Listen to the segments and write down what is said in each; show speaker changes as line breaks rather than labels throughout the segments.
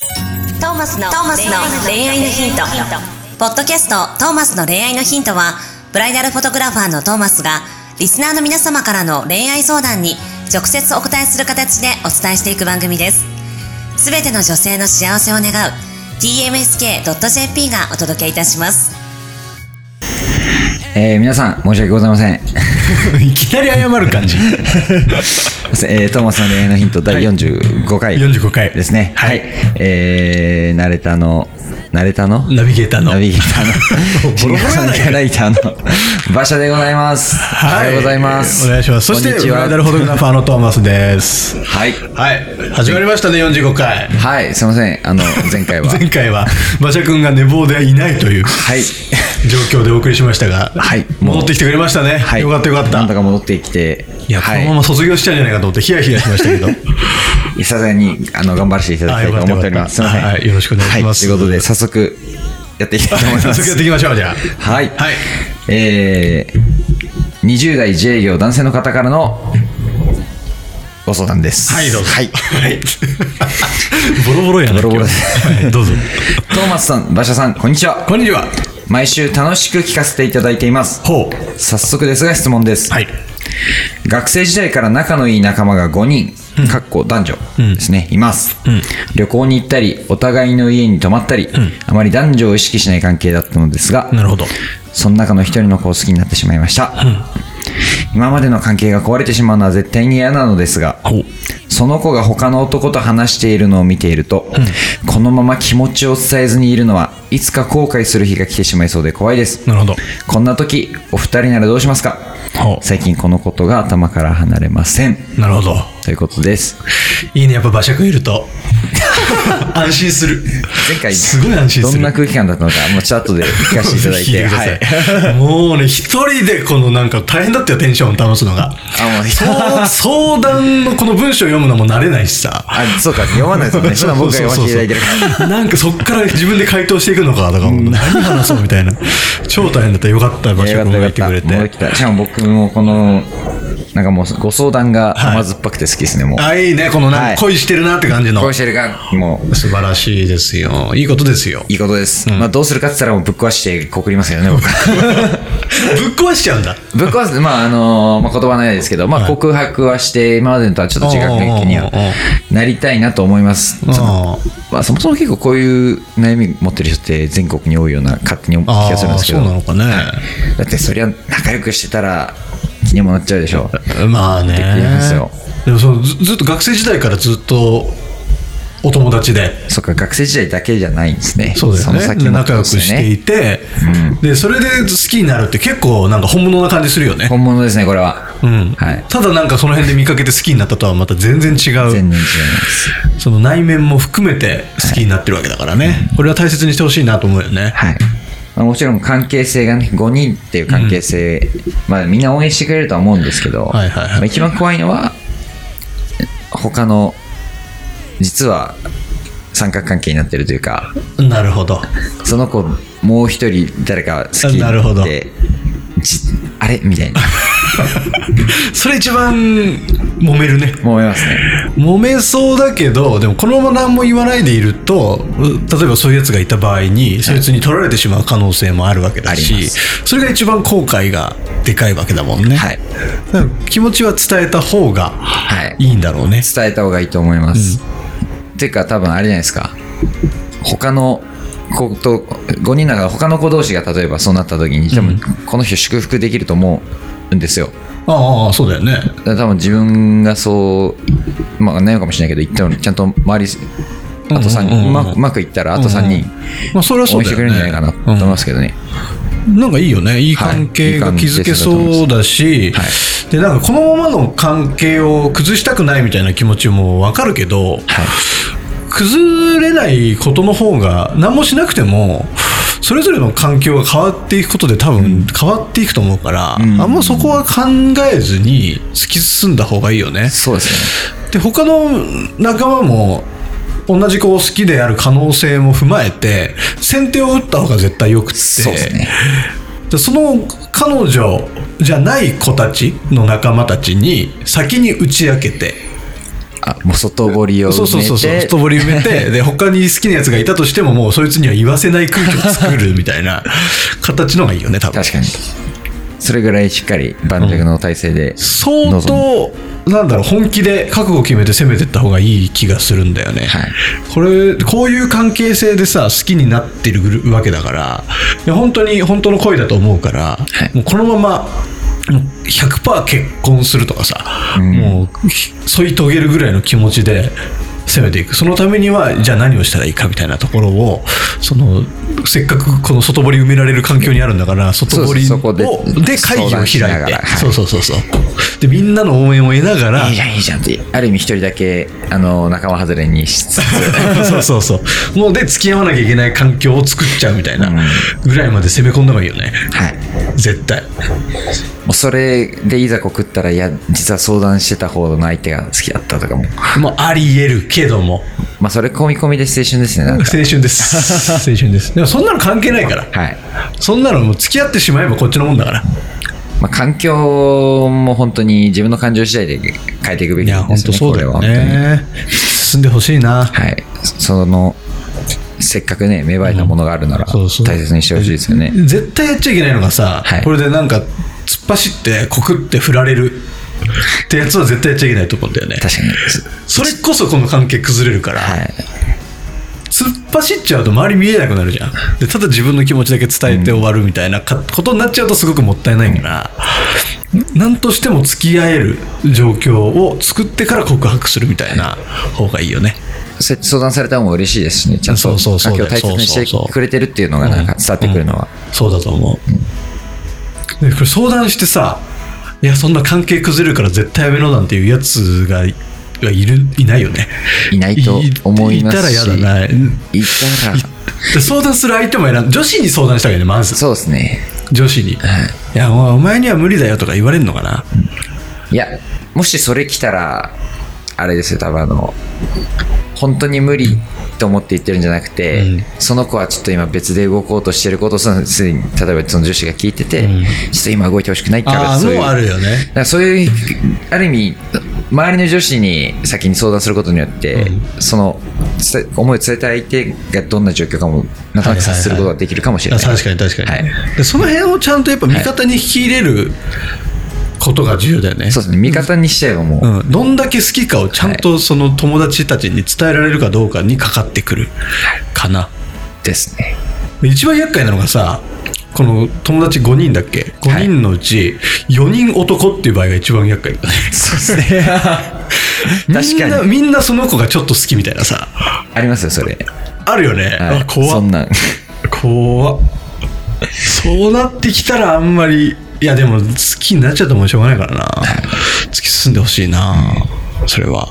トーマスのトーマスの恋愛のヒントポッドキャスト「トーマスの恋愛のヒントは」ブライダルフォトグラファーのトーマスがリスナーの皆様からの恋愛相談に直接お答えする形でお伝えしていく番組ですすべての女性の幸せを願う tmsk.jp がお届けいたします
えー、皆さん申し訳ございません
いきなり謝る感じ。
えー、トーマスの恋愛のヒント第45回
45回
ですね
はい
えー、ナレタのナレタの
ナビゲーターの。
ナビゲーターのシン
ボロボ
ガ
ロ
ーソ
や
ン
な
グライターの馬車でございますおはようございます
お願いします。そし
こん
て、
にち
ブ
は
ライダルフォトグラファーのトーマスです。
はい
はい。始まりましたね、45回。
はいすいませんあの前回は
前回は、馬車くんが寝坊でいないという、
はい
状況でお送りしましたが、
はい
戻ってきてくれましたね。
はい
よかったよかっ
なん
た
と。か戻ってきて
いや、こ
は
のまま卒業しちゃうんじゃないかと思って、ヒヤヒヤしまし たけど。
いささにあの頑張らせていただきたい
あよか
と
った
思っておりますすい
よ
ま
かっ
せ
た
ん
はいよろしくお願いします
はいということで早速やっていきたいと思いま
早
す
速やっていきましょう、じゃあ。
はい、
はい
えー、20代自営業男性の方からのご相談です。
はい、どうぞ。
はい。
はい。ボロボロやな。
ボロボロ
今日はいどうぞ。
トーマスさん、馬車さん、こんにちは。
こんにちは。
毎週楽しく聞かせていただいています。
ほ
早速ですが質問です。
う。はい。
学生時代から仲のいい仲間が5人、かっこ男女ですね、います、旅行に行ったり、お互いの家に泊まったり、あまり男女を意識しない関係だったのですが、
なるほど。
その中の一人の子を好きになってしまいました、今までの関係が壊れてしまうのは絶対に嫌なのですが
ほう。
その子が他の男と話しているのを見ていると、このまま気持ちを伝えずにいるのはいつか後悔する日が来てしまいそうで怖いです
なるほど。
こんな時お二人ならどうしますか
ほ
最近このことが頭から離れません
う。なるほど。
ということです
いいね、やっぱ馬車くんい ると。安心する。
前回
すごい安心する。
どんな空気感だったのかもうチャットで聞かせていただい
聞
て
くだ
は
さ
い
もうね、一人でこのなんか大変だったよ、テンション保つ のが。
あもう
そう相談のこの文章読むのも慣れないしさ。
あそうか読まないですもんねそんな僕が読ませていただいてるから
なんかそっから自分で回答していくのかとか もう何話そうみたいな超大変だったよかった馬車
よ
く
か
ん
った
が
よ
言
か
っ
ってた戻っててき
くれ
たしかも僕もこのなんかもうご相談が
はい
甘酸っぱくて好きですね、もう
あいいねこの
は
なん
い
か恋してるなって感じの
こうしてるがもう
素晴らしいですよいいことですよ
いいことです、まあどうするかって言ったらもうぶっ壊して告りますけどね僕 は
ぶっ壊しちゃうんだ
ぶっ壊すまああのまあ、言葉ないですけど、まあ、告白はして今までのとはちょっと違う的に
お
は
ーおーお
なりたいなと思います
うん
そのまあ、そもそも結構こういう悩み持ってる人って全国に多いような勝手に気がするんですけど
あーそうなのかね
だってそりゃ仲良くしてたら気にもなっちゃうでしょ
まあね
いやですよ
でもそのずずっと学生時代からずっとお友達で
そっか学生時代だけじゃないんですね
そうだよ
の
ね
先
で
も
仲良くしていて、でそれで好きになるって結構なんか本物な感じするよね
本物ですねこれは、
うん
はい
ただなんかその辺で見かけて好きになったとはまた全然違
全
う
然違います
その内面も含めて好きになってるわけだからね、これは大切にしてほしいなと思うよね、
はいまあもちろん関係性がね5人っていう関係性、まあみんな応援してくれるとは思うんですけど、
はいはいはい
まあ一番怖いのは他の実は三角関係になってるというか
なるほど
その子もう一人誰か好きに
なるほ
なっ
ど
てじあれみたいな
それ一番揉めるね
思いますね
揉めそうだけどでもこのまま何も言わないでいるとう例えばそういうやつがいた場合にそいつに取られてしまう可能性もあるわけだ
あり
し
ま
それが一番後悔がでかいわけだもんね、
はい
だから気持ちは伝えた方が
はい
いいんだろうね、
伝えた方がいいと思います、ていうか多分あれじゃないですか他の子と5人だから他の子同士が例えばそうなった時に多分この人祝福できると思うんですよ
ああそうだよね
だから多分自分がそうまあ悩むかもしれないけど言ったのにちゃんと周りあと3
うんうん
人
うん
うまくうまくいったらあと3人
まあそれはそ
応
う
援し
だ
て
よ
くれ
ね
るんじゃないかなと思いますけどね
なんかいいよねいい関係が
はい
築けそうだし、
はい
でなんかこのままの関係を崩したくないみたいな気持ちもわかるけ
は
ど、
い
崩れないことの方が何もしなくてもそれぞれの環境が変わっていくことで多分変わっていくと思うから、
ん
あんまそこは考えずに突き進んだ方がいいよね。
そうです
で他の仲間も同じ子を好きである可能性も踏まえて先手を打った方が絶対よくって
そうですね
でその彼女じゃない子たちの仲間たちに先に打ち明けて
よねあもう外堀を埋
そうそうそうそう
めて
外堀埋 めてで他に好きなやつがいたとしてももうそいつには言わせない空気を作るみたいな形のがいいよね多分
確かにそれぐらいしっかり盤石の体制で
相
臨む
当なんだろう本気で覚悟を決めて攻めてった方がいい気がするんだよね、
はい
これこういう関係性でさ好きになってるグルわけだからいや本当に本当の恋だと思うから、
い
もうこのままもう100%結婚するとかさ、もうひ添い遂げるぐらいの気持ちで攻めていくそのためにはじゃあ何をしたらいいかみたいなところをそのせっかくこの外堀埋められる環境にあるんだから外堀を
そうそこで
で会議を開い
相
て
談しながらはい
そうそうそうそう。で、みんなの応援を得なが ら
いい、じゃんいいじゃんってある意味一人だけあの仲間外れにし つつ
そうそうそう。もうで、付き合わなきゃいけない環境を作っちゃうみたいなぐらいまで攻め込んだ方がいいよね。
はい
絶対。
もうそれでいざこ食ったらいや実は相談してた方の相手が好きだったとかも
もうあり得るけども。
まあそれ込み込みで青春ですねなん
青
か
春です。 青春です。でもそんなの関係ないから。
はい
そんなのもう付き合ってしまえばこっちのもんだから。
まあ、環境も本当に自分の感情次第で変えていくべ
い
きです
や、
ね
ほんとそうだよね。進んでほしいな。
これは本当にはいそのせっかくね芽生えたものがあるなら
んそうそう
大切にしてほしいですよね、
絶対やっちゃいけないのがさ、
はい
これでなんか突っ走って告って振られるってやつは絶対やっちゃいけないと思うんだよね
確かに
それこそこの関係崩れるから、
はい
突っ走っちゃうと周り見えなくなるじゃんでただ自分の気持ちだけ伝えて終わるみたいなかことになっちゃうとすごくもったいないから、なんとしても付き合える状況を作ってから告白するみたいな方がいいよね
それ相談された方も嬉しいですしねちゃん
そ
と
うそうそう
環境を大切にしてくれてるっていうのがなんか伝わってくるのは、
そうだと思う、でこれ相談してさ「いやそんな関係崩れるから絶対やめろ」なんていうやつがいがいるいないよね
いないと思いますし
いたら嫌だな
言ったら
で相談する相手も選ん女子に相談したわけねまず
そうですね
女子に「いやお前お前には無理だよ」とか言われるのかない
やもしそれ来たらあれですよ多分あの本当に無理と思って言ってるんじゃなくて、
うん
その子はちょっと今別で動こうとしてることをそのすでに例えばその女子が聞いてて、ちょっと今動いてほしくないから
あー
そうい
も
う
うあるよね
だからそういうある意味周りの女子に先に相談することによって、その伝え思いを伝えた相手がどんな状況かもなんとなく察することができるかもしれない、
あ確かに確かに、
はい
でその辺をちゃんとやっぱ味方に引き入れることが重要だよね、
そうですね味方にしちゃえばもう、
うん、どんだけ好きかをちゃんとその友達たちに伝えられるかどうかにかかってくるかな
ですね
一番厄介なのがさこの友達5人だっけ5人のうち4人男っていう場合が一番厄介だね
そうですね確
みんな
かに
みんなその子がちょっと好きみたいなさ
ありますよそれ
あるよね、
はい
あ怖
そ
っ
んなん
怖っそうなってきたらあんまりいやでも好きになっちゃうともうしょうがないからな突き進んでほしいな、それは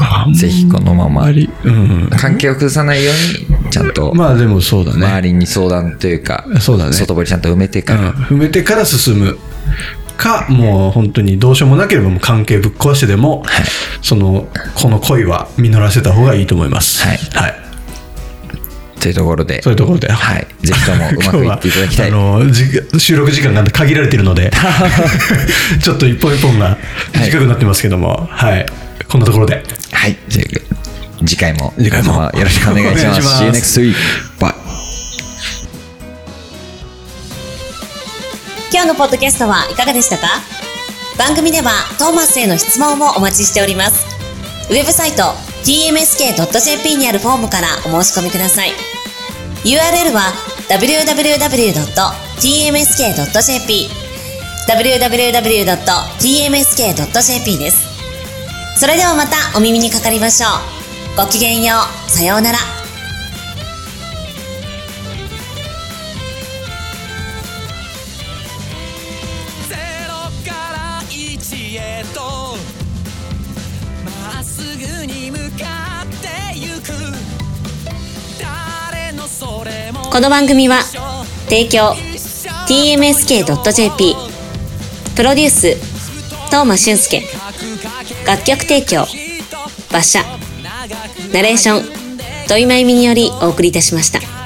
あん
ぜひこのまま
まりうん
関係を崩さないようにちゃんと
まあでもそうだね、
周りに相談というか
そうだね
外堀ちゃんと埋めてか
うん
ら
踏めてから進むかもう本当にどうしようもなければもう関係ぶっ壊してでも、そのこの恋は実らせた方がいいと思います
はい
はい
というところで
そういうところで
はいぜひともうまくいっていただきたい
今日はあのじ収録時間が限られているのでちょっと一本一本が短くなってますけどもはい、こんなところで
はいという次回も
次回も
皆様よろしくお願いしま
お
す See you
願いしま
next week bye
今日のポッドキャストはいかがでしたか番組ではトーマスへの質問もお待ちしております。ウェブサイト tmsk.jp にあるフォームからお申し込みください。URL は www.tmsk.jp www.tmsk.jp です。それではまたお耳にかかりましょう。ごきげんよう。さようなら。
ゼロから一へとまっすぐに向かってゆく誰のそれも
この番組は提供 TMSK.jp プロデュース東間俊介楽曲提供馬車ナレーション土井真由美によりお送りいたしました。